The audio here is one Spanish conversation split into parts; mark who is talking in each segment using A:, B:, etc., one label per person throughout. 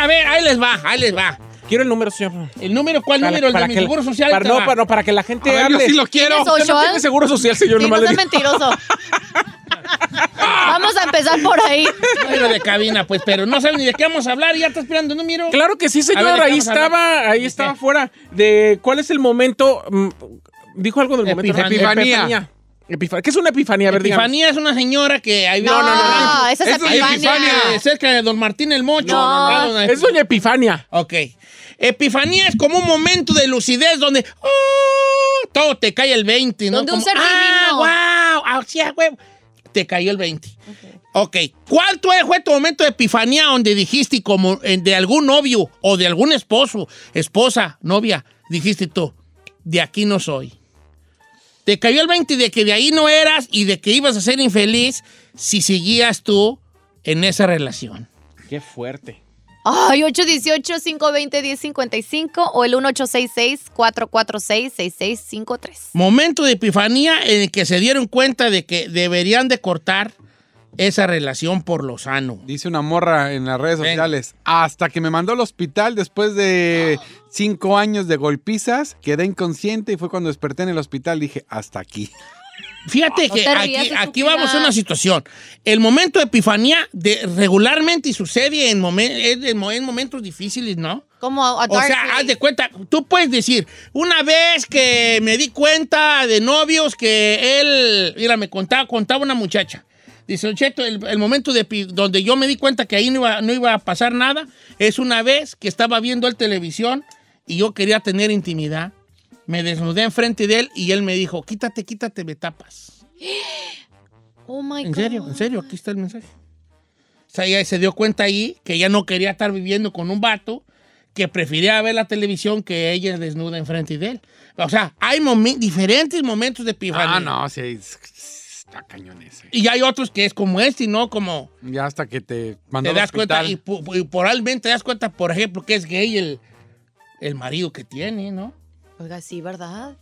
A: a ver, ahí les va, ahí les va.
B: Quiero el número, señor.
A: ¿El número? ¿Cuál
B: Para-
A: número? ¿El
B: para
A: de mi
B: que-
A: seguro social?
B: para-
A: Ahí te
B: no,
A: va.
B: para, no, para que la gente
A: A ver, yo
B: hable.
A: sí lo quiero.
C: Eso-
B: Usted no
C: Social.
B: tiene seguro social, señor.
C: Sí,
B: nomás
C: no
B: le digo.
C: seas mentiroso. Vamos a empezar por ahí.
A: Número de cabina, pues, pero no saben ni de qué vamos a hablar y ya está esperando el número.
B: Claro que sí,
A: A ver, ¿de
B: señor.
A: qué
B: Ahí
A: vamos a hablar?
B: estaba, ahí
A: ¿De
B: estaba
A: qué?
B: fuera. De cuál es el momento. mm, Dijo algo del momento. ¿no?
A: Epifanía.
B: Epifa- ¿Qué es una epifanía? A ver, dígame.
A: Epifanía es una señora que... ahí
C: No, no, no,
A: Ah,
C: esa es
A: eso
C: Epifania.
A: eh, Cerca de Don Martín el Mocho.
C: No, no, no.
A: Ah, don-
B: Es doña Epifania.
A: Ah, Ok. Epifanía es como un momento de lucidez donde ¡ah! todo te cae el 20, ¿no?
C: Donde un
A: Como,
C: ser divino".
A: ¡Ah, wow! Así es, huevo. Te cayó el 20. Ok. ¿Cuál tu- fue tu momento de epifanía donde dijiste como eh, de algún novio o de algún esposo, esposa, novia, dijiste tú, de aquí no soy? Te cayó el 20 de que de ahí no eras y de que ibas a ser infeliz si seguías tú en esa relación.
B: Qué fuerte.
C: Ay, 818-520-1055 o el 1866-446-6653.
A: Momento de epifanía en el que se dieron cuenta de que deberían de cortar esa relación por lo sano.
D: Dice una morra en las redes
A: Ven.
D: sociales. Hasta que me mandó al hospital después de cinco años de golpizas, quedé inconsciente y fue cuando desperté en el hospital. Dije, hasta aquí.
A: Fíjate
C: No
A: que
C: te rías,
A: aquí, aquí
C: estúpida.
A: vamos a una situación. El momento de epifanía de- regularmente sucede en, momen- en- en mo- en momentos difíciles, ¿no?
C: Como a, a
A: O
C: Dark
A: sea,
C: Place.
A: haz de cuenta, tú puedes decir, una vez que me di cuenta de novios que él, mira, me contaba, contaba una muchacha. Dice, "Don Cheto, el, el momento de, pi- donde yo me di cuenta que ahí no iba, no iba a pasar nada, es una vez que estaba viendo el televisión y yo quería tener intimidad. Me desnudé enfrente de él y él me dijo, quítate, quítate, me tapas.
C: Oh my
A: En serio,
C: God.
A: en serio, aquí está el mensaje. O sea, ella se dio cuenta ahí que ella no quería estar viviendo con un vato que prefería ver la televisión que ella desnuda enfrente de él. O sea, hay momen- diferentes momentos de epifanía.
D: Ah, no, sí, es- está cañón ese.
A: Y hay otros que es como este, ¿no? Como
D: Ya hasta que te mandó
A: te
D: al
A: das cuenta y,
D: hospital.
A: pu- y probablemente te das cuenta, por ejemplo, que es gay el, el marido que tiene, ¿no?
C: Oiga, sí, ¿verdad?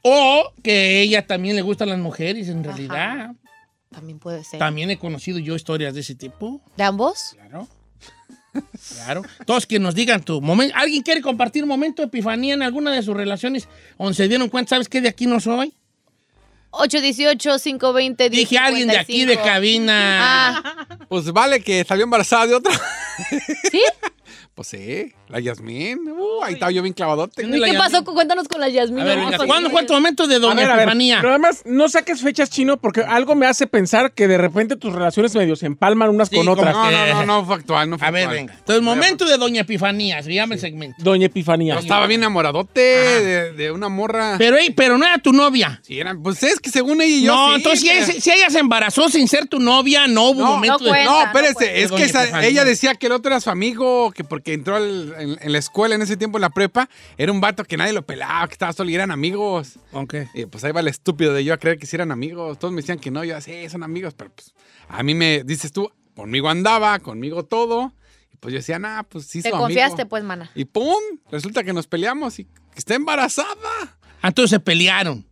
A: O que ella también le gustan las mujeres, en realidad.
C: También puede ser.
A: También he conocido yo historias de ese tipo.
C: ¿De ambos?
A: Claro. Claro. Todos que nos digan tu momento. ¿Alguien quiere compartir un momento de epifanía en alguna de sus relaciones donde se dieron cuenta, ¿sabes qué? De aquí no soy.
C: 818-520-1055.
A: Dije alguien de aquí de cabina.
C: Ah,
D: Pues vale que salió embarazada de otra.
C: ¿sí?
D: Pues sí, la Yasmín. Uh, ahí estaba yo bien clavadote.
A: ¿Y
C: ¿Y qué pasó? Cuéntanos con la Yasmina.
A: A
C: Pues,
A: ver, venga, ¿cuándo fue tu momento de
B: A
A: doña
B: ver, a ver,
A: Epifanía?
B: Nada más, no saques fechas chino porque algo me hace pensar que de repente tus relaciones medio se empalman unas
A: Sí,
B: con
A: como-
B: otras.
D: No, no, no, no fue actual, no fue
A: A ver,
D: actual.
A: venga. Entonces, momento de doña Epifanía, se llama el segmento.
B: Doña Epifanía.
D: Yo estaba bien enamoradote de, de una morra.
A: Pero, ey, pero no era tu novia.
D: Sí, eran- pues es que según ella y yo.
A: no,
D: sí,
A: entonces si
D: pero-
A: ella, si ella se embarazó sin ser tu novia, no hubo
D: No,
A: momento
C: no
A: de...
C: cuenta.
D: No,
C: no puede.
D: espérese, es
A: Doña
D: que esa-
A: Epifania.
D: ella decía que el otro era su amigo, que porque entró al- en, en la escuela en ese tiempo, en la prepa, era un vato que nadie lo pelaba, que estaba solo y eran amigos.
A: Ok.
D: Y pues ahí va el estúpido de yo a creer que sí eran amigos. Todos me decían que no, yo sí, son amigos, pero pues a mí me dices tú, conmigo andaba, conmigo todo. Y pues yo decía, nah, pues sí,
C: Te
D: su amigo".
C: confiaste, pues, mana.
D: Y pum, resulta que nos peleamos y que está embarazada.
A: Ah, Entonces se pelearon.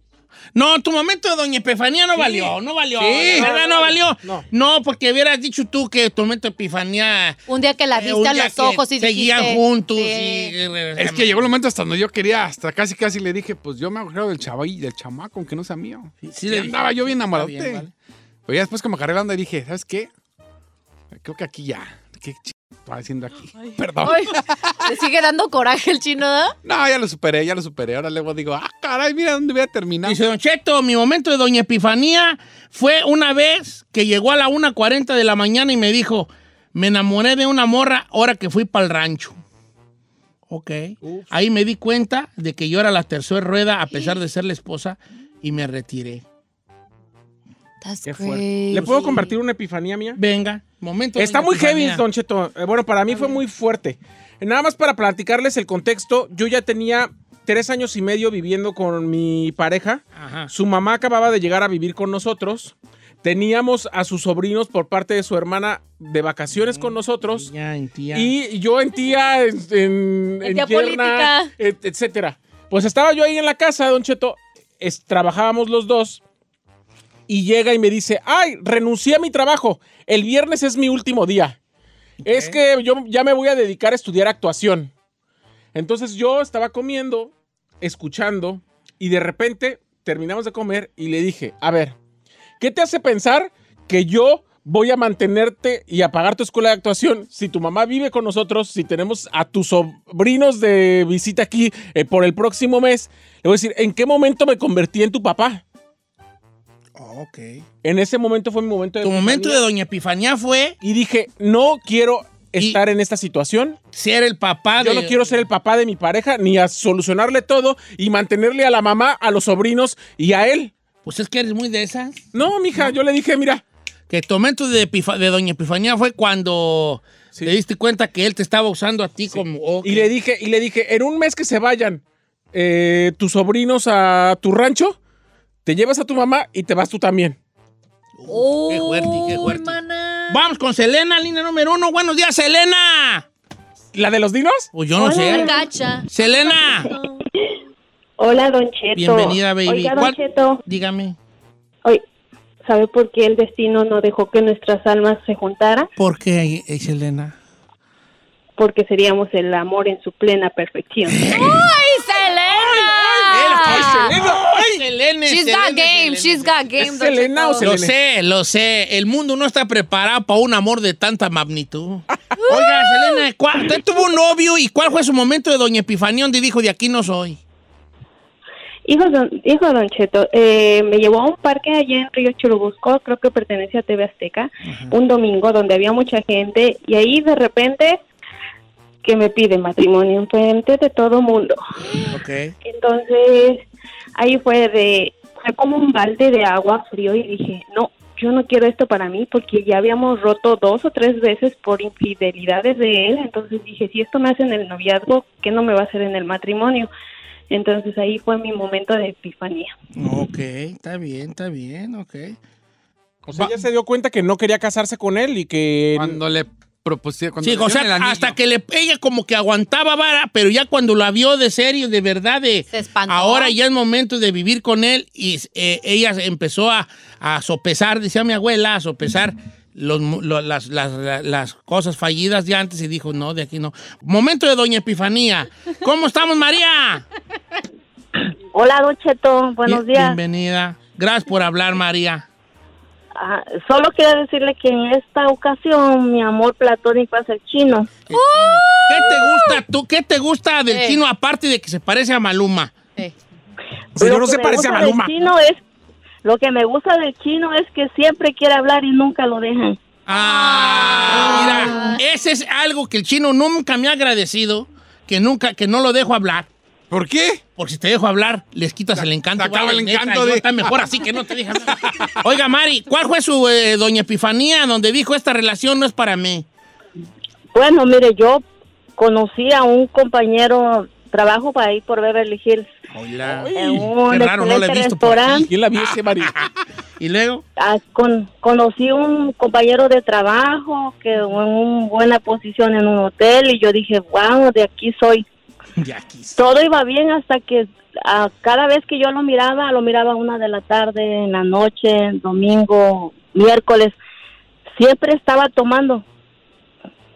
A: No, tu momento de Doña Epifanía no valió, no valió.
D: Sí.
A: de ¿Verdad? No valió. No.
B: No.
A: porque hubieras dicho tú que tu momento de Epifanía.
C: Un día que la
A: eh,
C: viste
A: un
C: a
A: día
C: los
A: que
C: ojos y dijiste...
A: Seguían juntos.
C: sí.
A: y- eh,
D: Es que llegó el momento hasta donde yo quería, hasta casi casi le dije, pues yo me acuerdo del chaval, del chamaco, aunque no sea mío.
A: Sí, sí
D: Y
A: le-
D: andaba yo bien
A: Está
D: enamorado.
A: bien, vale.
D: Pero ya después como agarré la onda y dije, ¿sabes qué? Creo que aquí ya. ¿Qué ch... estaba haciendo aquí? Perdón.
C: Ay, le sigue dando coraje el chino, ¿no?
D: No, ya lo superé, ya lo superé. Ahora luego digo, ah, caray, mira dónde voy a terminar.
A: Dice Don Cheto, mi momento de Doña Epifanía fue una vez que llegó a la 1.40 de la mañana y me dijo, me enamoré de una morra ahora que fui para el rancho. Ok. Ahí me di cuenta de que yo era la tercera rueda a pesar de ser la esposa y me retiré.
C: That's
B: Qué fuerte.
C: crazy.
B: ¿Le puedo compartir una epifanía mía?
A: Venga, momento.
B: Está
A: doña
B: muy heavy,
A: Epifanía.
B: Don Cheto. Eh, Bueno, para mí fue muy fuerte. Nada más para platicarles el contexto, yo ya tenía tres años y medio viviendo con mi pareja.
A: Ajá.
B: Su mamá acababa de llegar a vivir con nosotros. Teníamos a sus sobrinos por parte de su hermana de vacaciones con nosotros.
A: Ya, en tía.
B: Y yo en tía, en, en,
C: En tía
B: en yerna,
C: política.
B: et- etcétera. Pues estaba yo ahí en la casa, Don Cheto, es- trabajábamos los dos. Y llega y me dice, ay, renuncié a mi trabajo. El viernes es mi último día. Es que yo ya me voy a dedicar a estudiar actuación. Entonces yo estaba comiendo, escuchando, y de repente terminamos de comer y le dije, a ver, ¿qué te hace pensar que yo voy a mantenerte y a pagar tu escuela de actuación si tu mamá vive con nosotros, si tenemos a tus sobrinos de visita aquí eh, por el próximo mes? Le voy a decir, ¿en qué momento me convertí en tu papá?
A: Oh, ok.
B: En ese momento fue mi momento de...
A: Tu momento de
B: epifanía.
A: Doña Epifanía fue
B: Y dije, no quiero
A: Y-
B: estar en esta situación.
A: ser el papá
B: Yo
A: de.
B: no quiero ser el papá de mi pareja, ni a solucionarle todo y mantenerle a la mamá, a los sobrinos y a él.
A: Pues es que eres muy de esas.
B: No, mija, yo le dije, mira,
A: Que tu momento de, Epifa- de Doña Epifanía fue cuando
B: Sí.
A: te diste cuenta que él te estaba usando a ti como. oh, ok.
B: y le dije, y le dije, en un mes que se vayan eh, tus sobrinos a tu rancho, te llevas a tu mamá y te vas tú también.
A: Uf, qué fuerte, qué
C: Oh,
A: fuerte.
C: hermana.
A: Vamos con Selena, línea número uno. Buenos días, Selena.
B: ¿La de los dinos?
A: Pues yo no sé.
C: Gacha.
A: Selena.
E: Hola, Don Cheto.
A: Bienvenida, baby.
E: Oiga, Don
A: ¿Cuál-
E: Cheto,
A: Dígame.
E: hoy, ¿sabe por qué el destino no dejó que nuestras almas se juntaran?
A: ¿Por qué, eh, Selena?
E: Porque seríamos el amor en su plena perfección.
C: ¡Ay, Selena!
A: ¡Ay, Selena!
C: She's
A: Selena,
C: got
A: Selena.
C: game, she's got game.
B: ¿Es
C: Don
B: Selena o
C: Cheto.
A: Lo sé,
B: Selena?
A: lo sé. El mundo no está preparado para un amor de tanta magnitud. Oiga, Selena, ¿cuál- ¿usted tuvo un novio y cuál fue su momento de Doña Epifanía donde dijo, de aquí no soy?
E: Hijo don, hijo don Cheto, eh, me llevó a un parque allá en Río Churubusco, creo que pertenece a TV Azteca, un domingo donde había mucha gente y ahí de repente que me pide matrimonio en frente de todo mundo.
A: Ok.
E: Entonces, ahí fue de fue como un balde de agua frío y dije, "No, yo no quiero esto para mí porque ya habíamos roto dos o tres veces por infidelidades de él." Entonces dije, "Si esto me hace en el noviazgo, ¿qué no me va a hacer en el matrimonio?" Entonces ahí fue mi momento de epifanía.
A: Ok, está bien, está bien, ok.
B: O sea, ella se dio cuenta que no quería casarse con él y que...
D: Cuando le propusieron. cuando
A: Sí,
D: le
A: o
D: dieron el
A: sea,
D: anillo.
A: hasta que le, ella como que aguantaba vara, pero ya cuando la vio de serio, de verdad, de
C: Se espantó.
A: ahora ya es momento de vivir con él y eh, ella empezó a, a sopesar, decía mi abuela, a sopesar los mu- lo- las, las- la- las cosas fallidas de antes y dijo, no, de aquí no. Momento de Doña Epifanía. ¿Cómo estamos, María?
E: Hola, Don Cheto. Buenos
A: Bien-
E: días.
A: Bienvenida. Gracias por hablar, María.
E: Ah, solo quiero decirle que en esta ocasión mi amor platónico es el chino.
A: El chino. ¿Qué te gusta tú? ¿Qué te gusta del
C: Eh.
A: chino aparte de que se parece a Maluma?
C: Eh,
B: Señor,
E: Lo
B: no
E: que
B: se
E: me
B: parece a
E: gusta del
B: Maluma.
E: chino es- lo que me gusta del chino es que siempre quiere hablar y nunca lo dejan.
A: Ah, mira, ese es algo que el chino nunca me ha agradecido, que nunca, que no lo dejo hablar.
D: ¿Por qué?
A: Porque si te dejo hablar, les quitas el encanto.
D: se acaba
A: Vale,
D: el
A: neta,
D: encanto
A: yo
D: de-
A: Está mejor así que no te dejan. Oiga, Mari, ¿cuál fue su eh, doña Epifanía donde dijo esta relación no es para mí?
E: Bueno, mire, yo conocí a un compañero, trabajo para ir por Beverly Hills,
A: Hola.
E: en un
A: qué raro, no la he
E: excelente
A: visto por aquí.
E: restaurante.
B: ¿Quién la vio ese marido?
A: Y luego,
E: Ah, con- conocí un compañero de trabajo que en una buena posición en un hotel y yo dije, wow, de aquí soy.
A: ya aquí.
E: Todo iba bien hasta que ah, cada vez que yo lo miraba, lo miraba a una de la tarde, en la noche, domingo, miércoles, siempre estaba tomando.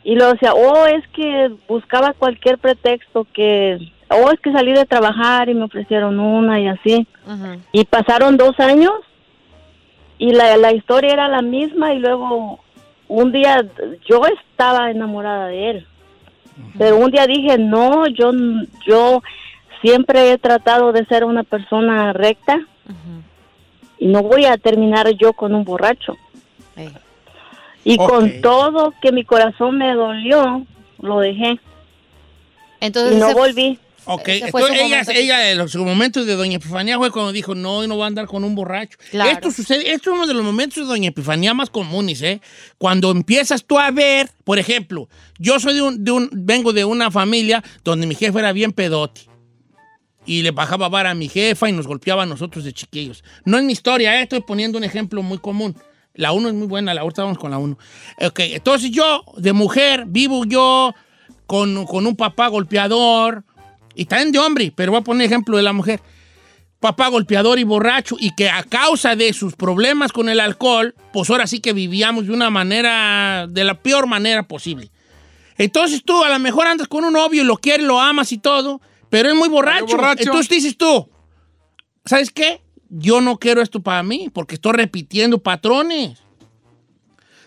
E: Y luego decía, oh, es que buscaba cualquier pretexto, que, oh, es que salí de trabajar y me ofrecieron una y así.
C: ajá.
E: Y pasaron dos años y la, la historia era la misma y luego un día yo estaba enamorada de él. Pero un día dije, no, yo, yo siempre he tratado de ser una persona recta y no voy a terminar yo con un borracho.
C: Eh.
E: Y
A: Ok.
E: con todo que mi corazón me dolió, lo dejé
C: Entonces,
E: y no
C: se-
E: volví.
A: Ok,
C: Ese fue su
A: entonces ella,
C: momento.
A: ella, eh, su momento de Doña Epifanía fue cuando dijo, no, no va a andar con un borracho.
C: Claro.
A: Esto sucede, esto es uno de los momentos de Doña Epifanía más comunes, ¿eh? Cuando empiezas tú a ver, por ejemplo, yo soy de un, de un- vengo de una familia donde mi jefe era bien pedote. Y le bajaba vara a mi jefa y nos golpeaba a nosotros de chiquillos. No es mi historia, ¿eh? estoy poniendo un ejemplo muy común. La uno es muy buena, la ahorita vamos con la uno. Ok, entonces yo, de mujer, vivo yo con, con un papá golpeador y también de hombre, pero voy a poner ejemplo de la mujer. papá golpeador y borracho y que a causa de sus problemas con el alcohol, pues ahora sí que vivíamos de una manera, de la peor manera posible. Entonces tú a lo mejor andas con un novio y lo quieres, lo amas y todo, pero es muy borracho.
D: borracho.
A: Entonces dices tú, ¿sabes qué? Yo no quiero esto para mí porque estoy repitiendo patrones.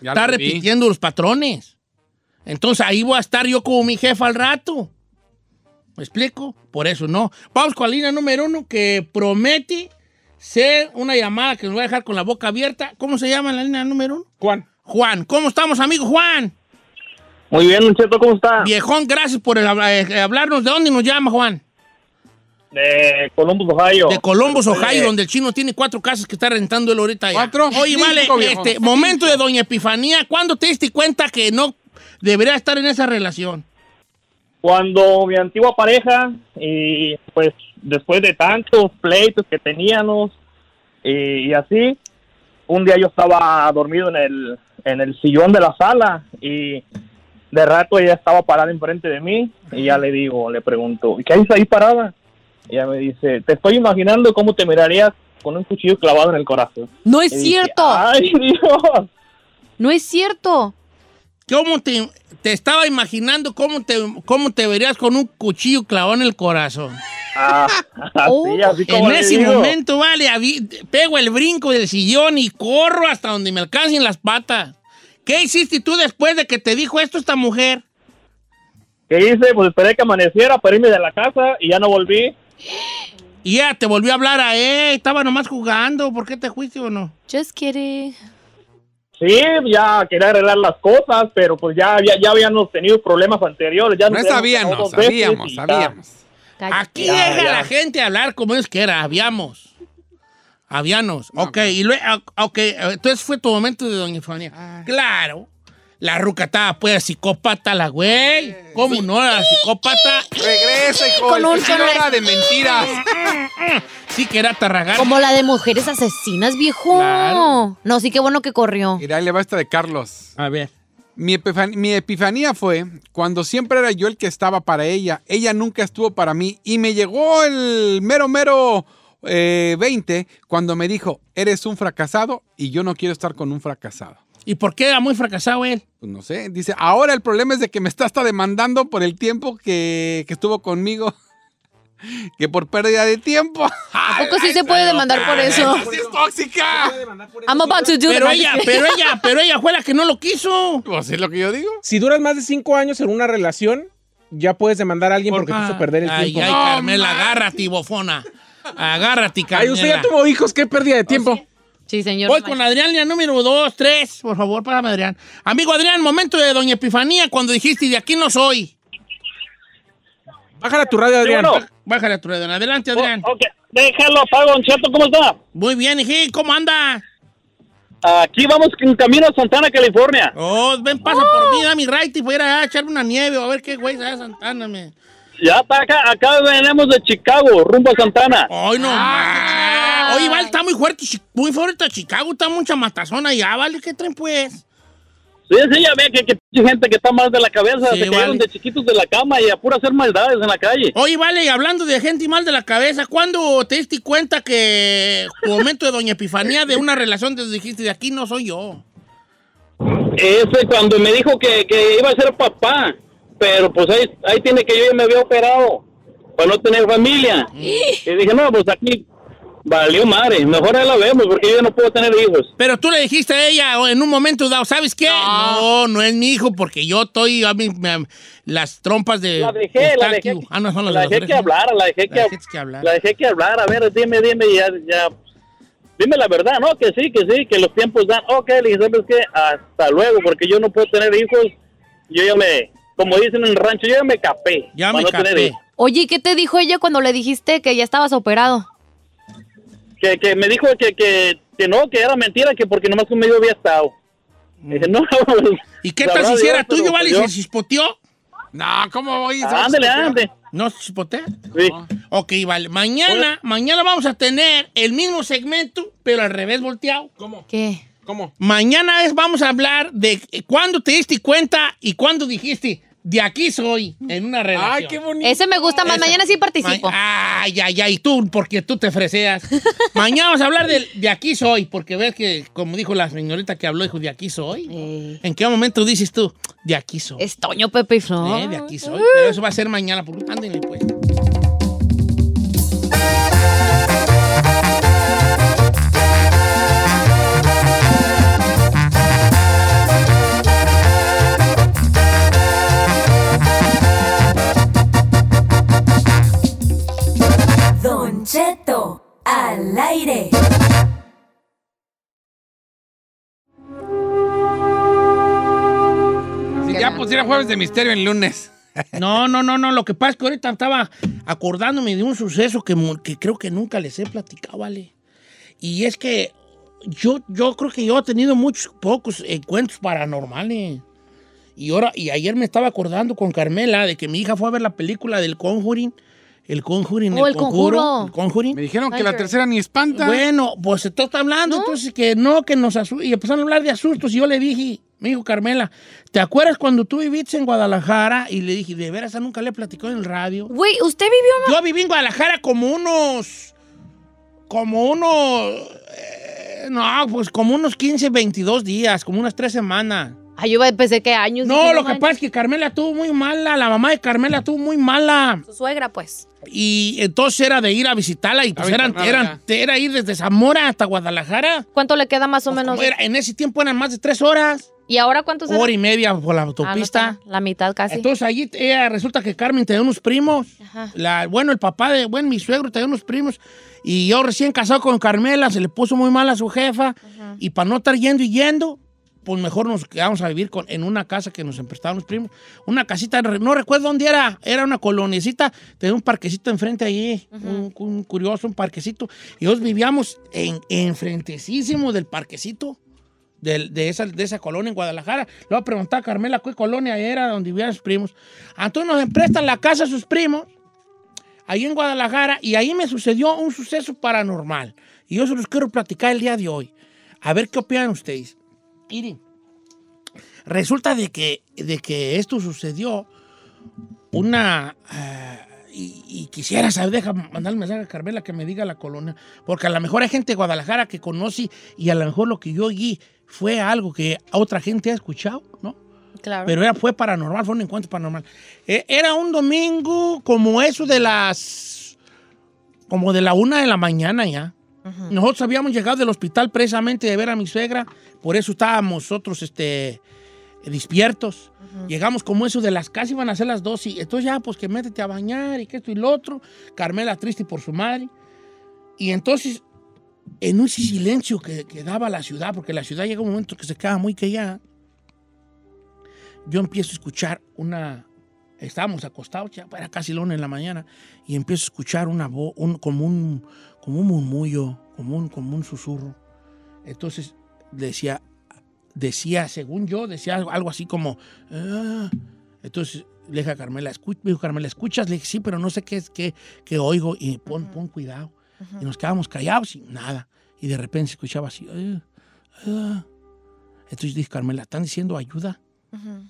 D: Ya
A: Está
D: lo vi.
A: repitiendo los patrones. Entonces ahí voy a estar yo como mi jefa al rato. ¿Me explico? Por eso no. Vamos con la línea número uno que promete ser una llamada que nos va a dejar con la boca abierta. ¿Cómo se llama la línea número uno?
B: Juan,
A: Juan. ¿Cómo estamos, amigo Juan?
F: Muy bien, Don Cheto, ¿cómo está?
A: Viejón, gracias por el habla- eh, hablarnos. ¿De dónde nos llama, Juan?
F: De Columbus, Ohio.
A: De Columbus,
F: Oye,
A: Ohio, donde el chino tiene cuatro casas que está rentando él ahorita. allá.
D: ¿Cuatro?
A: Oye,
D: Cinco,
A: vale,
D: viejo.
A: este, momento de Doña Epifanía. ¿Cuándo te diste cuenta que no debería estar en esa relación?
F: Cuando mi antigua pareja, y pues después de tantos pleitos que teníamos y, y así, un día yo estaba dormido en el, en el sillón de la sala y de rato ella estaba parada enfrente de mí y ya le digo, le pregunto, ¿y qué haces ahí parada? Y ella me dice, te estoy imaginando cómo te mirarías con un cuchillo clavado en el corazón.
C: No es
F: Y dije,
C: cierto.
E: "Ah".
F: Ay, Dios.
C: No es cierto.
A: ¿Cómo te, te estaba imaginando cómo te, cómo te verías con un cuchillo clavado en el corazón?
F: Ah, así, así como
A: Oh, En
F: le
A: ese
F: digo.
A: momento, vale, avi- pego el brinco del sillón y corro hasta donde me alcancen las patas. ¿Qué hiciste tú después de que te dijo esto esta mujer?
F: ¿Qué hice? Pues esperé que amaneciera para irme de la casa y ya no volví.
A: Y ya te volvió a hablar a él, estaba nomás jugando, ¿por qué te fuiste o no?
C: Just kidding.
F: Sí, ya quería arreglar las cosas, pero pues ya, ya, ya habíamos tenido problemas anteriores. Ya
D: No
F: nos habíamos
D: sabíamos,
F: casado dos veces
D: sabíamos,
F: y ya.
D: sabíamos.
C: Cállate.
A: Aquí
F: Ya,
A: deja
F: ya.
A: a la gente hablar como es que era, habíamos. Habíanos. ok, y luego, ok, entonces fue tu momento de doña Epifanía. Claro. La ruca estaba pues psicópata, la güey. ¿Cómo no? La psicópata
D: Regresa, hijo.
C: Con
D: el
C: un
D: cuchillo
C: solo-
D: era de mentiras.
A: sí que era tarragana.
C: Como la de mujeres asesinas, viejo.
A: Claro.
C: No, sí, qué bueno que corrió.
D: Mira, ahí le va esta de Carlos.
A: A ver.
D: Mi, epifan- mi epifanía fue cuando siempre era yo el que estaba para ella. Ella nunca estuvo para mí. Y me llegó el mero, mero eh, 20 cuando me dijo, eres un fracasado y yo no quiero estar con un fracasado.
A: ¿Y por qué era muy fracasado él?
D: Pues no sé, dice, ahora el problema es de que me está hasta demandando por el tiempo que, que estuvo conmigo. Que por pérdida de tiempo.
B: Ah,
C: ¿A poco sí se puede demandar por eso?
D: ¡Sí es tóxica!
C: I'm about to do
A: Pero
C: the-
A: ella, pero ella, pero ella fue la que no lo quiso.
D: Pues es lo que yo digo.
B: si duras más de cinco años en una relación, ya puedes demandar a alguien porque te hizo perder el
A: ay,
B: tiempo.
A: Ay,
D: No,
A: Carmela,
D: manches.
A: agárrate, bofona. Agárrate,
B: Ay,
A: Carmela.
B: usted ya tuvo hijos, qué pérdida de tiempo.
C: Sí, señor.
A: Voy con Adrián, línea número 2, 3. Por favor, pásame, Adrián. Amigo Adrián, momento de Doña Epifanía cuando dijiste, de aquí no soy.
B: Bájala tu radio,
F: Sí,
B: Adrián.
F: bueno.
A: Bájale a tu Adrián. Adelante, Adrián.
F: Oh, ok, déjalo, apago, Don Cheto, ¿cómo está?
A: Muy bien, hijín, ¿cómo anda?
F: Aquí vamos en camino a Santana, California.
A: Oh, ven, pasa
F: ¡Uh!
A: por mí, da mi right y voy a ir allá a echarme una nieve o a ver qué güey se da Santana, me.
F: Ya está acá, acá venimos de Chicago, rumbo a Santana.
A: Ay, no
F: Ah,
A: manches. Oye, vale, está muy fuerte, chi- muy fuerte Chicago, está mucha matazón allá, vale, ¿qué tren pues?
F: Sí, sí, ya ve que, que hay gente que está mal de la cabeza,
A: Sí,
F: se
A: vale.
F: cayeron de chiquitos de la cama y a pura hacer maldades en la calle.
A: Oye, vale, y hablando de gente mal de la cabeza, ¿cuándo te diste cuenta que tu momento de Doña Epifanía de una relación te dijiste, de aquí no soy yo?
F: Ese cuando me dijo que, que iba a ser papá, pero pues ahí, ahí tiene que yo ya me había operado para no tener familia. Y dije, no, pues aquí valió madre, mejor ahí la vemos porque yo ya no puedo tener hijos.
A: Pero tú le dijiste a ella o en un momento dado, ¿sabes qué? No, no, es mi hijo porque yo estoy a mí, me- las trompas de
F: La dejé, la
A: Eustaquio.
F: dejé.
A: Eh, Ah, no, son las
F: la
A: de las
F: dejé que
A: orejas.
F: hablara, la dejé que,
A: La dejé que hablara.
F: la dejé que hablara. A ver, dime, dime, ya, ya. Dime la verdad, ¿no? Que sí, que sí, que los tiempos dan. Ok, le dije, ¿sabes qué? Hasta luego, porque yo no puedo tener hijos. Yo ya me, como dicen en el rancho, yo ya me capé.
A: Ya
F: para
A: me
F: no tener
A: capé.
F: hijos.
C: Oye, ¿y ¿qué te dijo ella cuando le dijiste que ya estabas operado?
F: que, que me dijo que, que, que no, que era mentira, que porque nomás conmigo había estado. Dije, no.
A: ¿Y qué
F: la
A: tal si
F: verdad,
A: hiciera
F: yo, pero
A: tuyo, vale?
F: yo-
A: ¿Se chispoteó?
D: No, ¿cómo voy?
F: Ándale, ándale.
A: ¿No se chispotea?
F: Sí.
A: Ok, vale. Mañana, mañana vamos a tener el mismo segmento, pero al revés volteado.
B: ¿Cómo?
C: ¿Qué?
B: ¿Cómo?
A: eh, Mañana es, vamos a hablar de cuándo te diste cuenta y cuándo dijiste, de aquí soy en una relación.
B: Ay, qué bonito.
C: Ese me gusta más.
A: Esa.
C: Mañana sí
A: Ma-
C: participo.
A: Ay, ay, ay, tú, porque tú te freseas. Mañana vamos a hablar del de aquí soy, porque ves que, como dijo la señorita que habló, dijo, de aquí soy.
C: Ey.
A: ¿En qué momento dices tú, de aquí soy?
C: Es Toño, Pepe y Flor.
A: Eh, de aquí soy. Pero eso va a ser mañana, por lo tanto, pues.
G: Don Cheto, al aire.
D: Si ya pusiera jueves de misterio en lunes.
A: No, no, no, no. Lo que pasa es que ahorita estaba acordándome de un suceso que, mu- que creo que nunca les he platicado, ¿vale? Y es que yo, yo creo que yo he tenido muchos pocos encuentros paranormales. Y ahora, y ayer me estaba acordando con Carmela de que mi hija fue a ver la película del Conjuring. El Conjuring,
C: Oh,
A: el,
C: El
A: conjuro.
C: Conjuro.
A: El Conjuring.
D: Me dijeron que la tercera ni espanta.
A: Bueno, pues se está hablando, entonces que no, que nos asustan. Y empezaron a hablar de asustos. Y yo le dije, me dijo Carmela, ¿te acuerdas cuando tú viviste en Guadalajara? Y le dije, de veras, esa nunca le platicó en el radio.
C: Güey, ¿usted vivió
A: Yo viví en Guadalajara como unos. Como unos. eh, no, pues como unos 15, 22 días, como unas tres semanas.
C: Ay, Ah, yo pensé que años.
A: Pues, No,
C: dije,
A: lo que
C: manches.
A: pasa es que Carmela estuvo muy mala, la mamá de Carmela estuvo muy mala.
C: Su suegra, pues.
A: Y entonces era de ir a visitarla y pues
D: A
A: eran,
D: visitarla,
A: eran, era ir desde Zamora hasta Guadalajara.
C: ¿Cuánto le queda más o menos? Pues
A: Como Pues, era- en ese tiempo eran más de tres horas,
C: ¿Y ahora cuántos
A: hora y media por la
C: Ah,
A: autopista.
C: la mitad casi.
A: Entonces allí eh, resulta que Carmen tenía unos primos.
C: Ajá.
A: La- bueno, el papá de, bueno, mi suegro tenía unos primos. Y yo recién casado con Carmela, se le puso muy mal a su jefa. Y para no estar yendo y yendo, pues mejor nos quedamos a vivir con, en una casa que nos emprestaban los primos. Una casita, re- no recuerdo dónde era, era una coloniecita, tenía un parquecito enfrente allí, un, un curioso, un parquecito. Y nosotros vivíamos en, enfrentecísimo del parquecito. del- De, esa, de esa colonia en Guadalajara. Luego preguntaba a Carmela qué colonia era donde vivían sus primos. Entonces nos emprestan la casa a sus primos ahí en Guadalajara y ahí me sucedió un suceso paranormal. Y yo se los quiero platicar el día de hoy. A ver qué opinan ustedes. Miren, resulta de que, de que esto sucedió una... ah, y, y quisiera saber, deja mandar un mensaje a Carmela que me diga la colonia, porque a lo mejor hay gente de Guadalajara que conocí y a lo mejor lo que yo oí fue algo que otra gente ha escuchado, ¿no?
C: Claro.
A: Pero era, fue paranormal, fue un encuentro paranormal. Eh, era un domingo como eso de las... como de la una de la mañana ya. Nosotros habíamos llegado del hospital precisamente de ver a mi suegra, por eso estábamos nosotros este, despiertos. Llegamos como eso de las casi iban a ser las dos y entonces ya pues que métete a bañar y que esto y lo otro. Carmela triste por su madre. Y entonces en un silencio que, que daba la ciudad, porque la ciudad llega un momento que se queda muy callada, yo empiezo a escuchar una... Estábamos acostados ya, era casi la una en la mañana, y empiezo a escuchar una voz, un, como, un, como un murmullo, como un, como un susurro. Entonces decía, decía, según yo, decía algo, algo así como... "Ah". Entonces le dije a Carmela, escu- me dijo Carmela, ¿escuchas? Le dije, sí, pero no sé qué es que, que oigo, y pon, pon cuidado. Y nos quedábamos callados y nada. Y de repente se escuchaba así. "Ah, ah". Entonces dije, Carmela, ¿están diciendo ayuda?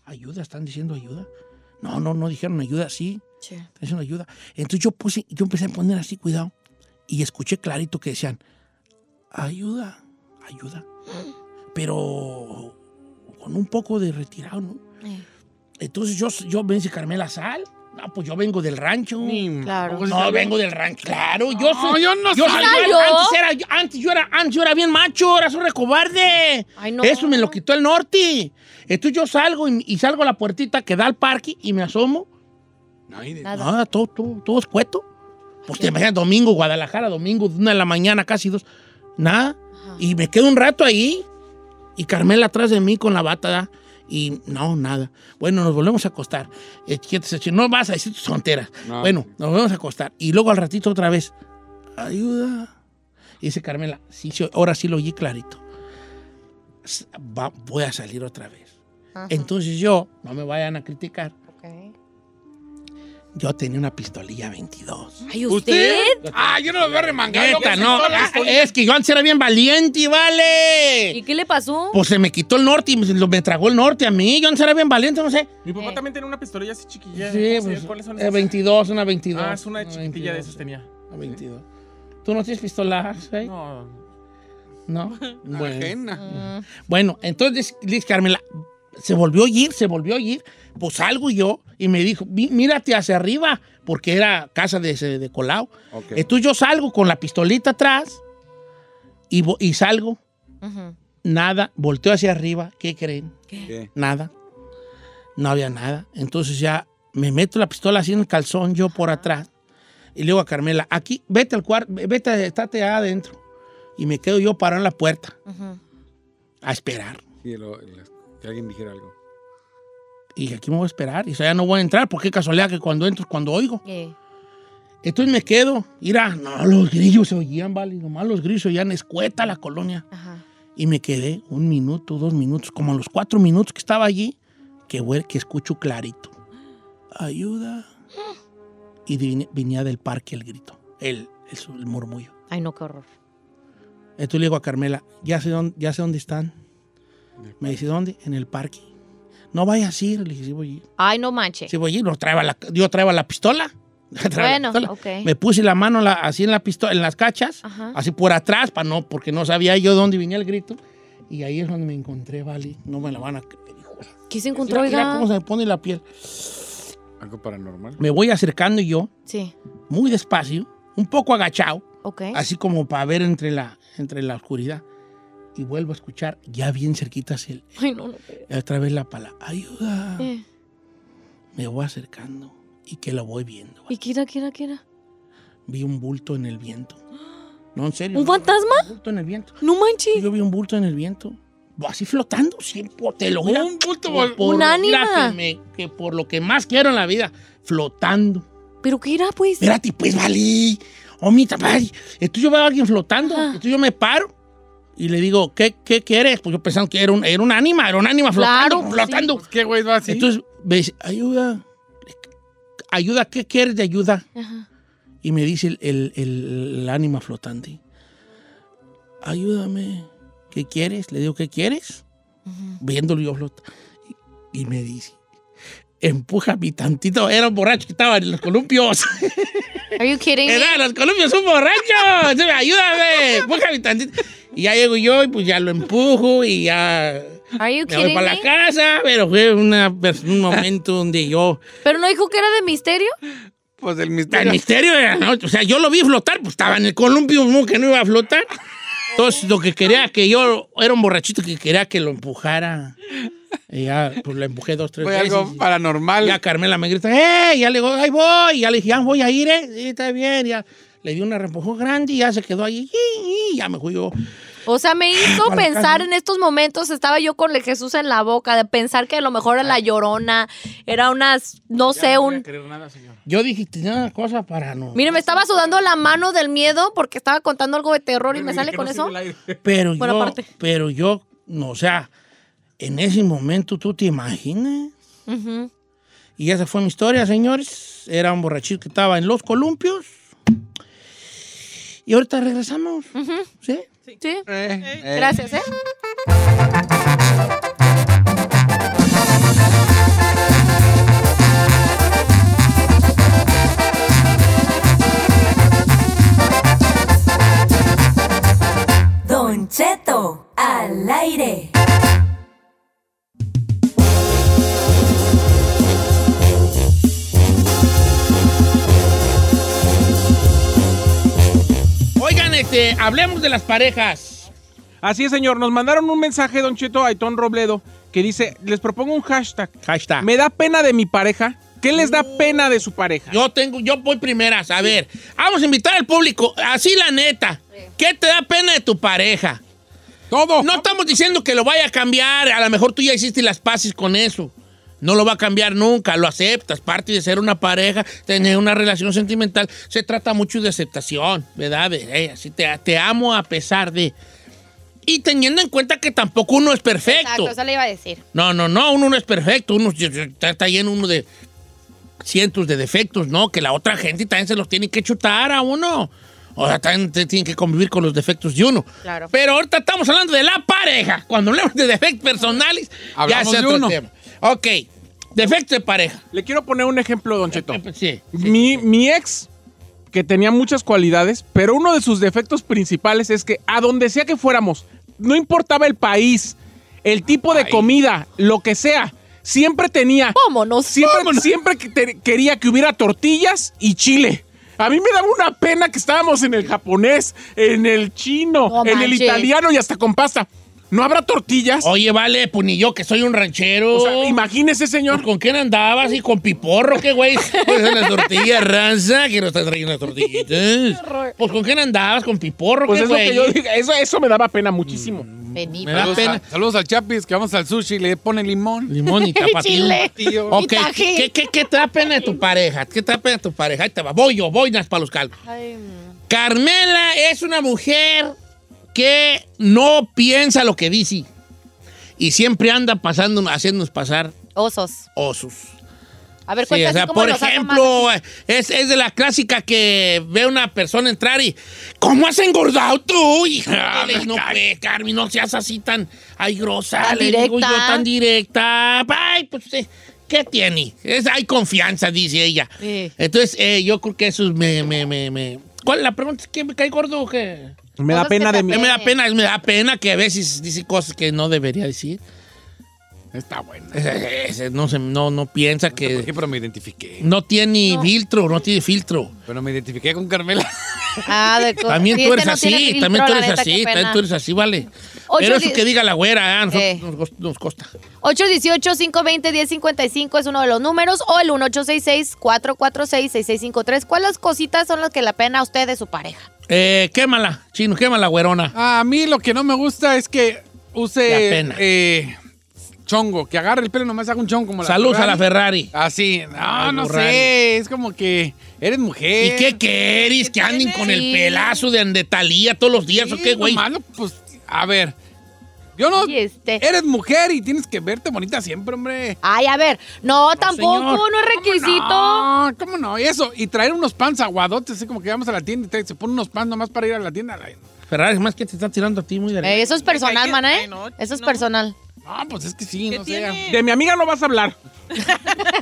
A: ¿Ayuda? ¿Están diciendo ayuda? No, no, no dijeron ayuda, sí. Están diciendo ayuda. Entonces yo puse, yo empecé a poner así, cuidado. Y escuché clarito que decían, ayuda, ayuda. Pero con un poco de retirado, ¿no? Entonces yo, yo me dice Carmela Sal. No, pues yo vengo del rancho.
C: Claro.
A: No, vengo del rancho. Claro, yo soy.
D: yo Pues no
A: yo soy-
D: sabía.
A: yo
C: ¿Yo?
A: era- antes, era, yo- antes yo era, antes yo era bien macho, ahora soy recobarde.
C: Ay, no.
A: Eso me lo quitó el norte. Entonces yo salgo y, y salgo a la puertita que da al parque y me asomo.
D: Ay, de-
C: Nada.
A: Ah, todo, todo, todo escueto. Pues te imaginas, domingo, Guadalajara, domingo, una de la mañana, casi dos. Nada. Y me quedo un rato ahí. Y Carmela atrás de mí con la bata. ¿da? Y no, nada. Bueno, nos volvemos a acostar. Eh, quietos, eh, No vas a decir tus tonteras.
D: No.
A: Bueno, nos volvemos a acostar. Y luego al ratito otra vez. Ayuda. Y dice Carmela, sí, sí, ahora sí lo oí clarito. S- va- voy a salir otra vez. Entonces yo, no me vayan a criticar Yo tenía una pistolilla 22.
C: Ay, ¿usted?
D: Ah, yo no lo veo remangando.
A: Neta, no. ah, es que yo antes era bien valiente,
C: ¿Y
A: vale.
C: qué le pasó?
A: Pues se me quitó el norte y me, lo- me tragó el norte a mí. Yo antes era bien valiente, no sé.
B: Mi papá también tenía una pistolilla así chiquilla.
A: Sí,
B: ¿eh?
A: pues,
B: ¿Cuáles son
A: eh, 22, una 22.
B: Ah, es una chiquitilla de esas tenía.
A: Una 22. ¿Tú no tienes pistolas, eh?
B: No.
A: No. Bueno.
D: Ajena.
A: Bueno, entonces, Liz Carmela, se volvió a oír, se volvió a oír. Pues salgo yo y me dijo, "Mí- mírate hacia arriba, porque era casa de, ese- de Colau.
D: Ok.
A: Entonces yo salgo con la pistolita atrás y, vo- y salgo,
C: Ujú.
A: nada, volteo hacia arriba, ¿qué creen?
D: ¿Qué?
A: Nada. No había nada. Entonces ya me meto la pistola así en el calzón, yo por atrás. Y le digo a Carmela, aquí, vete al cuarto, vete, estate adentro. Y me quedo yo parado en la puerta
C: Ujú.
A: a esperar.
D: Sí, lo- lo- que alguien dijera algo.
A: Y dije, aquí me voy a esperar. Y o sea, ya no voy a entrar, porque qué casualidad que cuando entro es cuando oigo.
C: ¿Qué?
A: Entonces me quedo. Mira, no, los grillos se oían, vale. Nomás los grillos se oían escueta la colonia.
C: Ajá.
A: Y me quedé un minuto, dos minutos, como a los cuatro minutos que estaba allí, que, hue- que escucho clarito. Ayuda. Y vine- venía del parque el grito, el, el su- el murmullo.
C: Ay, no, qué horror.
A: Entonces le digo a Carmela, ya sé dónde, ya sé dónde están. Me dice, ¿dónde? En el parque. No vayas a ir. Le dije, sí voy a ir.
C: Ay, no manche.
A: Sí, voy a ir, no traeba la, yo traeba la pistola. Traeba la
C: Bueno, ok.
A: Me puse la mano la- así en, la pistola, en las cachas,
C: Ajá.
A: así por atrás, para no, porque no sabía yo dónde venía el grito. Y ahí es donde me encontré, vale. No me la van a creer, hijo.
C: ¿Qué se
A: Mira,
C: encontró,
A: mira
C: oiga?
A: cómo se me pone la piel.
D: Algo paranormal.
A: Me voy acercando yo,
C: Sí,
A: muy despacio, un poco agachado,
C: ok.
A: así como para ver entre la, entre la oscuridad. Y vuelvo a escuchar, ya bien cerquitas, el,
C: Ay, no, no.
A: otra vez la palabra, ayuda.
C: Eh,
A: Me voy acercando y que lo voy viendo. vale.
C: ¿Y qué era, qué era, qué era?
A: vi un bulto en el viento. No, en serio.
C: ¿Un
A: no,
C: fantasma?
A: Un bulto en el viento.
C: No
A: Sí,
C: manches.
A: Yo vi un bulto en el viento. Así flotando, siempre te lo juro.
D: Un bulto
A: Por-
D: vol-
A: por-
C: un
A: mira,
C: ánima.
A: Que, me- que por lo que más quiero en la vida, flotando.
C: ¿Pero qué era, pues?
A: Espérate, pues, valí. Oh, mi tapay. Entonces yo veo a alguien flotando.
C: Ajá.
A: Entonces yo me paro y le digo, ¿qué, qué quieres? Pues yo pensando que era un, era un ánima, era un ánima flotando.
C: Claro, pues,
A: flotando.
D: Pues, ¿Qué, güey, va así?
A: Entonces me dice, ayuda. Ayuda, ¿qué quieres de ayuda?
C: Ajá.
A: Y me dice el, el- el- el ánima flotante, ayúdame, ¿qué quieres? Le digo, ¿qué quieres? Viéndolo yo flota. Y, y me dice, empújame tantito. Era un borracho que estaba en los columpios.
C: Are you kidding? me?
A: Era en los columpios, un borracho. Entonces, ayúdame, empújame tantito. Y ya llego yo y pues ya lo empujo y ya
C: Are you
A: me voy
C: kidding
A: para
C: me?
A: la casa. Pero fue una- pues, un momento donde yo...
C: ¿Pero no dijo que era de misterio?
D: Pues el
A: El
D: misterio.
A: misterio era, ¿no? O sea, yo lo vi flotar, pues estaba en el columpio, ¿no? que no iba a flotar. Entonces, lo que quería que yo, era un borrachito que quería que lo empujara. Y ya, pues lo empujé dos, tres
D: Fue
A: veces.
D: algo
A: Y Ya
D: paranormal.
A: Carmela me grita, ¡eh! Y ya le digo, ¡ahí voy! Y ya le dije, ya voy a ir, ¿eh? Sí, está bien. Ya le di una reempujón grande y ya se quedó ahí. Y ya me fui yo.
C: O sea, me hizo
A: Para la
C: pensar
A: casa.
C: en estos momentos, estaba yo con el Jesús en la boca, de pensar que a lo mejor era la llorona, era unas, no sé,
B: No voy a
C: un...
B: creer nada, señor.
A: Yo dije, tenía una cosa para no.
C: Mire, me estaba sudando la mano del miedo porque estaba contando algo de terror y me
B: Desde
C: sale
B: que
C: con
B: no
C: eso.
B: sirve el aire.
A: Pero
C: Bueno,
A: yo,
C: aparte.
A: pero yo, no, o sea, en ese momento, ¿tú te imaginas?
C: Ujú.
A: Y esa fue mi historia, señores. Era un borrachito que estaba en los columpios. Y ahorita regresamos. ¿Sí?
C: Sí,
D: Eh, eh.
C: gracias, ¿eh?
G: Don Cheto al aire.
A: Oigan, este, hablemos de las parejas.
B: Así es, señor. Nos mandaron un mensaje, Don Cheto, a Aitón Robledo, que dice, les propongo un hashtag.
A: Hashtag.
B: ¿Me da pena de mi pareja? ¿Qué les da pena de su pareja?
A: Yo tengo, yo voy primeras. A ver, vamos a invitar al público. Así la neta. ¿Qué te da pena de tu pareja?
D: Todo.
A: No estamos diciendo que lo vaya a cambiar. A lo mejor tú ya hiciste las paces con eso. No lo va a cambiar nunca, lo aceptas. Parte de ser una pareja, tener una relación sentimental, se trata mucho de aceptación, ¿verdad? De, "Hey, así te, te amo a pesar de. Y teniendo en cuenta que tampoco uno es perfecto.
C: Exacto, eso le iba a decir.
A: No, no, no, uno no es perfecto. Uno está está lleno uno de cientos de defectos, ¿no? Que la otra gente también se los tiene que chutar a uno. O sea, también te- tienen que convivir con los defectos de uno.
C: Claro.
A: Pero ahorita estamos hablando de la pareja. Cuando hablamos de defectos personales,
D: Hablamos
A: ya es
D: de
A: otro
D: uno.
A: tema. Ok, defectos de pareja.
B: Le quiero poner un ejemplo, Don Cheto.
A: Eh, Sí.
B: mi, mi ex, que tenía muchas cualidades, pero uno de sus defectos principales es que a donde sea que fuéramos, no importaba el país, el tipo de comida, lo que sea, siempre tenía.
C: Vámonos.
B: Siempre, siempre que te- quería que hubiera tortillas y chile. A mí me daba una pena que estábamos en el japonés, en el chino,
C: No
B: en el
C: manches.
B: italiano y hasta con pasta. ¿No habrá tortillas?
A: Oye, vale, pues ni yo que soy un ranchero.
B: O sea, imagínese,
A: Pues,
B: señor.
A: ¿Con quién andabas? ¿Y con piporro? ¿Qué güey? Pues en la tortilla ranza, que nos estás trayendo las tortillitas. Pues ¿con quién andabas? ¿Con piporro?
B: Pues
A: ¿Qué
B: es lo que
A: güey?
B: yo digo. Eso, eso me daba pena muchísimo.
C: Mm.
A: Me da
D: Saludos,
A: pena.
D: a- saludos al Chapis, que vamos al sushi y le pone limón.
A: Limón y tapatío.
C: Chile.
D: Tío.
A: Ok,
C: Y tajín.
A: ¿qué, qué, qué te da pena de tu pareja? ¿Qué te da pena de tu pareja? Ahí te va. Voy yo, voy para los calcos. Carmela es una mujer que no piensa lo que dice y siempre anda pasando, haciéndonos pasar
C: Osos.
A: osos.
C: A ver,
A: Sí, o
C: cuéntame
A: sea,
C: cómo
A: por
C: los hago
A: ejemplo, es, es de la clásica que ve una persona entrar y ¿cómo has engordado tú? Hija, Le digo, no, pues, Carmen, no seas así tan ay grosa,
C: Tan
A: le digo yo
C: directa.
A: tan directa. Ay, pues eh, ¿qué tiene? Es, hay confianza, dice ella.
C: Sí.
A: Entonces, eh, yo creo que eso es me, me, me, me- ¿Cuál es la pregunta? ¿Es que me cae gordo o qué?
B: Me da
C: Cosas que
B: pena
C: te
B: de mí.
A: Me da
C: Sí.
A: pena, me da pena que a veces dice cosas que no debería decir.
D: Está bueno.
B: Eh,
A: Ese- ese No, se, no, no piensa
D: ¿Por
B: pues,
D: qué?
A: que
D: Pero me identifiqué.
A: no tiene filtro, no tiene filtro.
D: Pero me identifiqué con Carmela.
C: Ah, de co-
A: También
C: Sí,
A: tú
C: este
A: eres
C: no tiene
A: así,
C: filtro,
A: también tú
C: la
A: eres
C: neta, qué
A: así,
C: pena.
A: también tú eres así, vale.
C: Ocho
A: Pero eso
C: di-
A: que diga la güera, ah, nosotros-
C: Eh.
A: nos, costa- nos costa.
C: 818-520-1055 es uno de los números o el 1866-446-6653. ¿Cuáles cositas son las que la pena a usted de su pareja?
A: Eh, quémala, chino, quémala, güerona.
D: A mí lo que no me gusta es que
A: La
D: use
A: pena.
D: eh, chongo, que agarre el pelo y nomás haga un chongo como la
A: Saludos a la Ferrari.
D: Así, no,
A: Ay,
D: no
A: Ferrari.
D: sé, es como que eres
A: ¿Y
D: mujer.
A: qué querés? ¿Que anden con el pelazo de, de Talía todos los días o qué, güey?
D: Malo, pues, a ver. Yo no.
C: Y este-
D: Eres mujer y tienes que verte bonita siempre, hombre.
C: Ay, a ver, no, tampoco,
A: señor.
C: no es requisito.
D: No, ¿cómo no? Y eso, y traer unos pants aguadotes, así como que vamos a la tienda y te- se ponen unos pants nomás para ir a la tienda. la-
A: Ferrari, es más que te está tirando a ti muy de
C: Eh, eso es personal,
H: Ay,
C: man, ¿eh?
H: ay, no,
C: Eso es
H: no.
C: personal.
D: No, pues es que sí,
H: ¿Qué
D: no sé.
H: tiene?
B: De mi amiga no vas a hablar.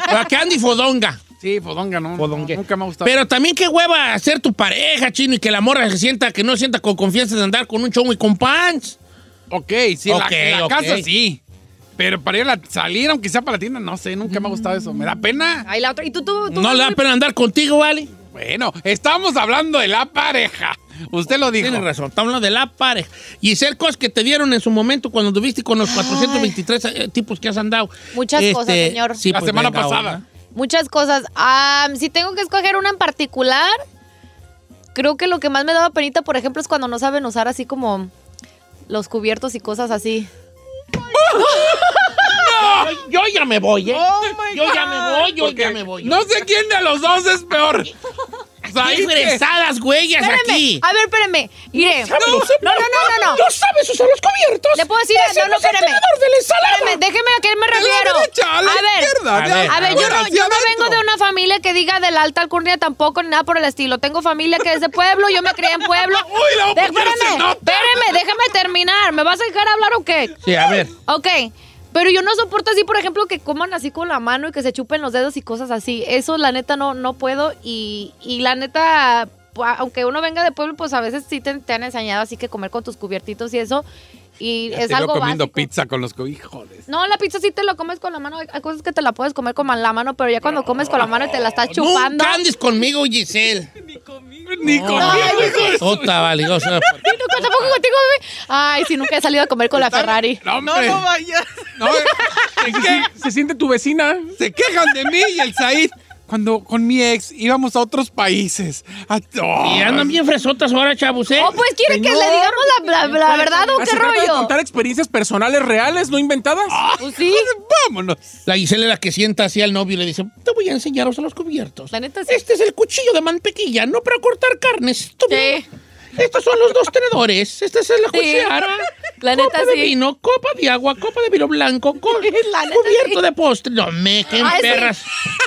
A: ¿Para qué Andy Fodonga?
D: Sí, fodonga, no.
A: Fodongue.
D: no, nunca me ha gustado.
A: Pero también qué hueva ser tu pareja, chino, y que la morra se sienta, que no sienta con confianza de andar con un chongo y con pants.
D: ok, sí, la-
A: Ok,
D: la,
A: ok.
D: casa sí. Pero para ir a la- salir, aunque sea para la tienda, no sé, nunca me ha
C: Mm.
D: gustado eso. Me da pena.
C: Ay, la otra. ¿Y tú, tú, tú?
A: No le da pena andar contigo, ¿vale?
D: Bueno, estamos hablando de la pareja. Usted lo dijo.
A: Tienes razón, estamos hablando de la pareja. Y ser cosas que te dieron en su momento cuando anduviste con los 423 tipos que has andado. Este, pues,
C: Muchas cosas, señor.
D: La semana pasada.
A: ahora.
C: Muchas cosas. Ah, si tengo que escoger una en particular, creo que lo que más me daba penita, por ejemplo, es cuando no saben usar así como los cubiertos y cosas así.
A: Yo ya me voy, ¿eh?
H: Oh, my
A: yo ya
H: God.
A: me voy, yo
B: Porque
A: ya me voy.
D: No sé quién de los dos es peor.
A: hay
D: ¿sabes qué?
A: fresadas, huellas
C: Espérame.
A: aquí.
C: A ver, espérame. Mire. No, no, no, no, no.
A: No sabes usar los cubiertos.
C: ¿Le puedo decir?
A: Ese
C: No, no,
A: es el
C: espérame.
A: tenedor de la ensalada.
C: Espérame, déjeme a qué
D: De
C: me
D: la
C: refiero.
D: derecha, a la izquierda,
A: A
D: de-
A: ver,
C: A ver, yo no,
D: hacia
C: yo no
D: adentro.
C: vengo de una familia que diga de la alta alcurnia tampoco ni nada por el estilo. Tengo familia que es de pueblo, yo me crié en pueblo.
D: Uy, la
C: De-
D: opinión se
C: espérame,
D: nota.
C: espérame, déjame terminar. ¿Me vas a dejar hablar o qué?
A: Sí, a ver.
C: Ok. Pero yo no soporto así, por ejemplo, que coman así con la mano y que se chupen los dedos y cosas así. Eso, la neta, no, no puedo. Y, y la neta, pu- aunque uno venga de pueblo, pues a veces sí te, te han enseñado así que comer con tus cubiertitos y eso. Y
D: Ya
C: es
D: te veo
C: algo
D: comiendo
C: básico.
D: pizza con los cojones.
C: No, la pizza sí te la comes con la mano. Hay hay cosas que te la puedes comer con la mano, pero ya cuando comes con la mano y te la estás chupando.
A: Nunca andes conmigo, Giselle.
D: Ni
A: No,
D: conmigo, hijo de su-
A: Tota, vale. o sea,
C: Ay, nunca, tampoco contigo, bebé. Ay, si nunca he salido a comer con la Ferrari.
D: No,
H: No,
D: hombre.
H: no vayas.
D: No, eh, se, que-
B: Se siente tu vecina.
D: se quejan de mí y el Said. Cuando con mi ex íbamos a otros países. Ah, A
A: Y andan bien fresotas ahora, chavos, ¿eh?
C: Oh, pues quiere que le digamos la, la- la verdad o qué
B: Ah, Se trata de
C: rollo.
B: contar experiencias personales reales, no inventadas.
C: Pues sí.
D: Ah, Vámonos.
A: La Gisela es la que sienta así al novio y le dice, te voy a enseñar a usar los cubiertos.
C: La neta sí.
A: Este es el cuchillo de mantequilla, no para cortar carnes. Tú
C: Sí.
A: mira. Estos son los dos tenedores. Esta es la cuchara.
C: La neta,
A: copa de
C: sí.
A: vino, copa de agua, copa de vino blanco, co-
C: La neta,
A: cubierto
C: sí.
A: de postre. No me, qué
C: Ay, sí.
A: perras.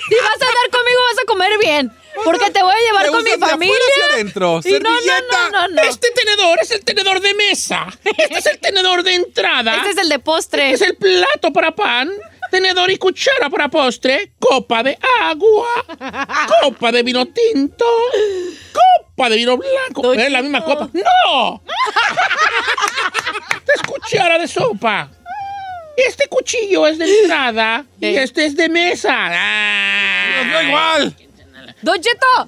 C: Si vas a andar conmigo, vas a comer bien. Porque te voy a llevar
D: Te
C: con mi
D: usas de afuera
C: familia.
D: hacia adentro,
C: Y no, no,
D: servilleta.
C: no, no, no. Este,
A: Este tenedor es el tenedor de mesa. Este es el tenedor de entrada.
C: ¿Ah? Este es el de postre.
A: Es el plato para pan, tenedor y cuchara para postre, copa de agua, copa de vino tinto, copa de vino blanco.
C: Don
A: ¿Es la misma
C: Cheto.
A: copa? ¡No! Esta es cuchara de sopa. Este cuchillo es de entrada y
C: Eh.
A: este es de mesa. ¡Ah!
D: Nos da igual.
C: Don Cheto,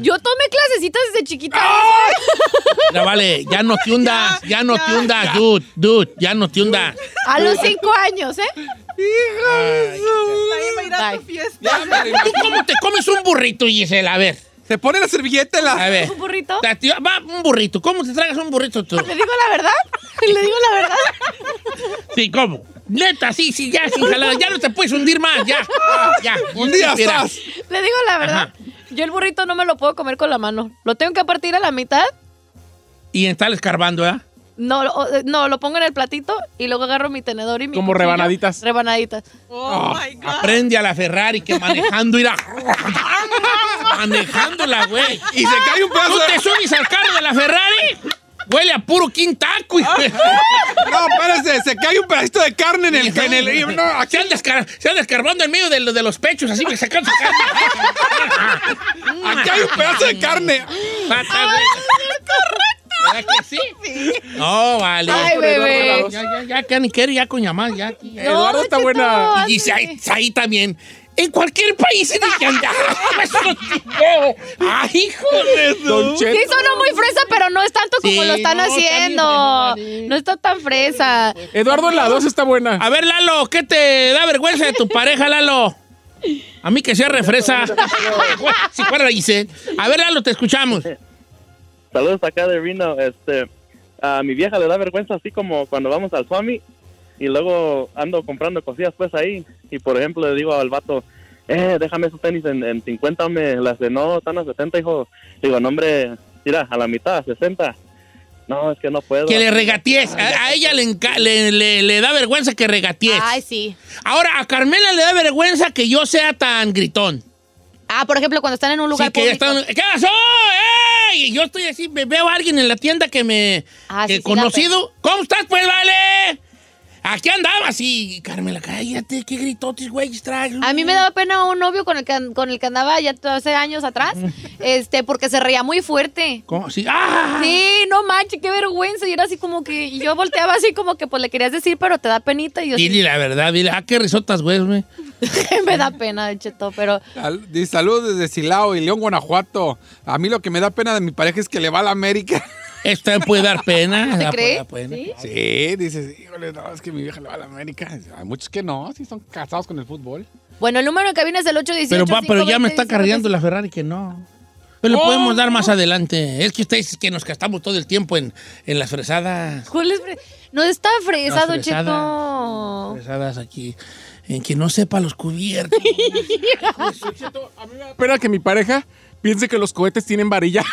C: yo tomé clasecitas desde chiquita.
A: Ya vale, ya no te hundas, ya no te hundas, dude, dude, ya no te hundas.
C: A los cinco años, ¿eh?
H: Nadie va a ir a tu
C: Bye.
H: fiesta.
D: Ya, me lo
A: ¿Tú
D: imagino.
A: cómo te comes un burrito, Gisela? A ver,
D: Se pone la servilleta en
A: a
D: la...
A: ver.
C: ¿Un burrito?
A: La tía- va, un burrito. ¿Cómo te tragas un burrito tú?
C: ¿Le digo la verdad? ¿Le digo la verdad?
A: Sí, ¿cómo? Neta, sí, sí, ya, sin jalada. Ya no te puedes hundir más, ya. Ya.
D: Un día
A: Mira.
D: estás.
C: ¿Le digo la verdad?
A: Ajá.
C: Yo el burrito no me lo puedo comer con la mano. ¿Lo tengo que partir a la mitad?
A: Y estar escarbando, ¿eh?
C: No, lo- o- no, lo pongo en el platito y luego agarro mi tenedor y mi
B: Como
C: cuchillo.
B: rebanaditas.
C: Rebanaditas.
H: Oh, my God.
A: Aprende a la Ferrari que manejando irá. Manejándola, güey.
D: Y se cae un
A: ¿Tú
D: pedazo
A: te
D: de...
A: subes al carro de la Ferrari? Huele a puro quintaco, hijo.
D: No, espérese, se cae un pedacito de carne en el... En el no, aquí
A: se, anda escar- se anda escarbando en medio de, lo- de los pechos, así que sacando carne.
D: Aquí hay un pedazo de carne.
A: Pata, güey. ¿Verdad que sí? No, vale.
C: Ay, bebé.
A: ya, ya, ya, que ni quiere, ya con llamar, ya. aquí, ya.
C: No,
B: Eduardo está
C: Cheto,
B: buena.
A: Y dice,
C: ándale.
A: ahí, ahí también. En cualquier país en el que anda. Eso no tiene- ¡Ay, hijo de su-
B: Don Cheto.
C: Sí, sonó muy fresa, pero no es tanto como
A: Sí,
C: lo están
A: no, está bien
C: haciendo.
A: fresona, sí.
C: No está tan fresa.
B: Eduardo en la 2 está buena.
A: A ver, Lalo, ¿qué te da vergüenza de tu pareja, Lalo? A mí que sea refresa. si fuera la Giselle. A ver, Lalo, te escuchamos.
F: Saludos acá de Reno. Este, a mi vieja le da vergüenza así como cuando vamos al Swami y luego ando comprando cosillas pues ahí. Y por ejemplo le digo al vato, eh, déjame esos tenis en, en 50, me las de no, están a 70, hijo. Digo, no hombre, mira, a la mitad, a 60. No, es que no puedo.
A: Que le regatees. A, a ella le, enca- le- le- le da vergüenza que regatees.
C: Ay, sí.
A: Ahora, a Carmela le da vergüenza que yo sea tan gritón.
C: Ah, por ejemplo, cuando están en un lugar
A: Sí, que ya
C: público.
A: están- ¿Qué pasó? ¡Ey! Y Yo estoy así, me veo a alguien en la tienda que me...
C: Ah,
A: que
C: sí, sí,
A: conocido. ¿Cómo estás, pues, vale? Aquí andaba, sí. Carmela, cállate, qué gritotes, güey, traes.
C: A mí me daba pena un novio con el que, an- con el que andaba ya t- hace años atrás, este, porque se reía muy fuerte.
A: ¿Cómo? Sí. ¡Ah!
C: Sí, no manches, qué vergüenza. Y era así como que y yo volteaba así como que pues le querías decir, pero te da penita. Y yo sí,
A: Dile la verdad, dile. Ah, qué risotas, güey, güey.
C: me da pena, Don cheto, pero
D: Sal- Dice saludos desde Silao y León, Guanajuato. A mí lo que me da pena de mi pareja es que le va a la América.
A: Esta puede dar pena. Ah, pues,
C: ¿te
A: la puede
C: crees?
A: dar pena.
C: Sí.
D: Sí, dices, híjole, no, es que mi vieja le va a la América. Hay muchos que no, sí son casados con el fútbol.
C: Bueno, el número en cabina es el 818.
A: Pero, va, pero ya me
C: 520,
A: está
C: 19.
A: cargando la Ferrari que no. Pero
C: Oh,
A: lo podemos dar más adelante. Es que ustedes dicen que nos gastamos todo el tiempo en, en las fresadas.
C: ¿Cuál es fre- No está fresa,
A: Las
C: Don
A: fresadas.
C: Cheto.
A: Fresadas aquí. En que no sepa los cubiertos.
B: Espera que mi pareja piense que los cohetes tienen varilla.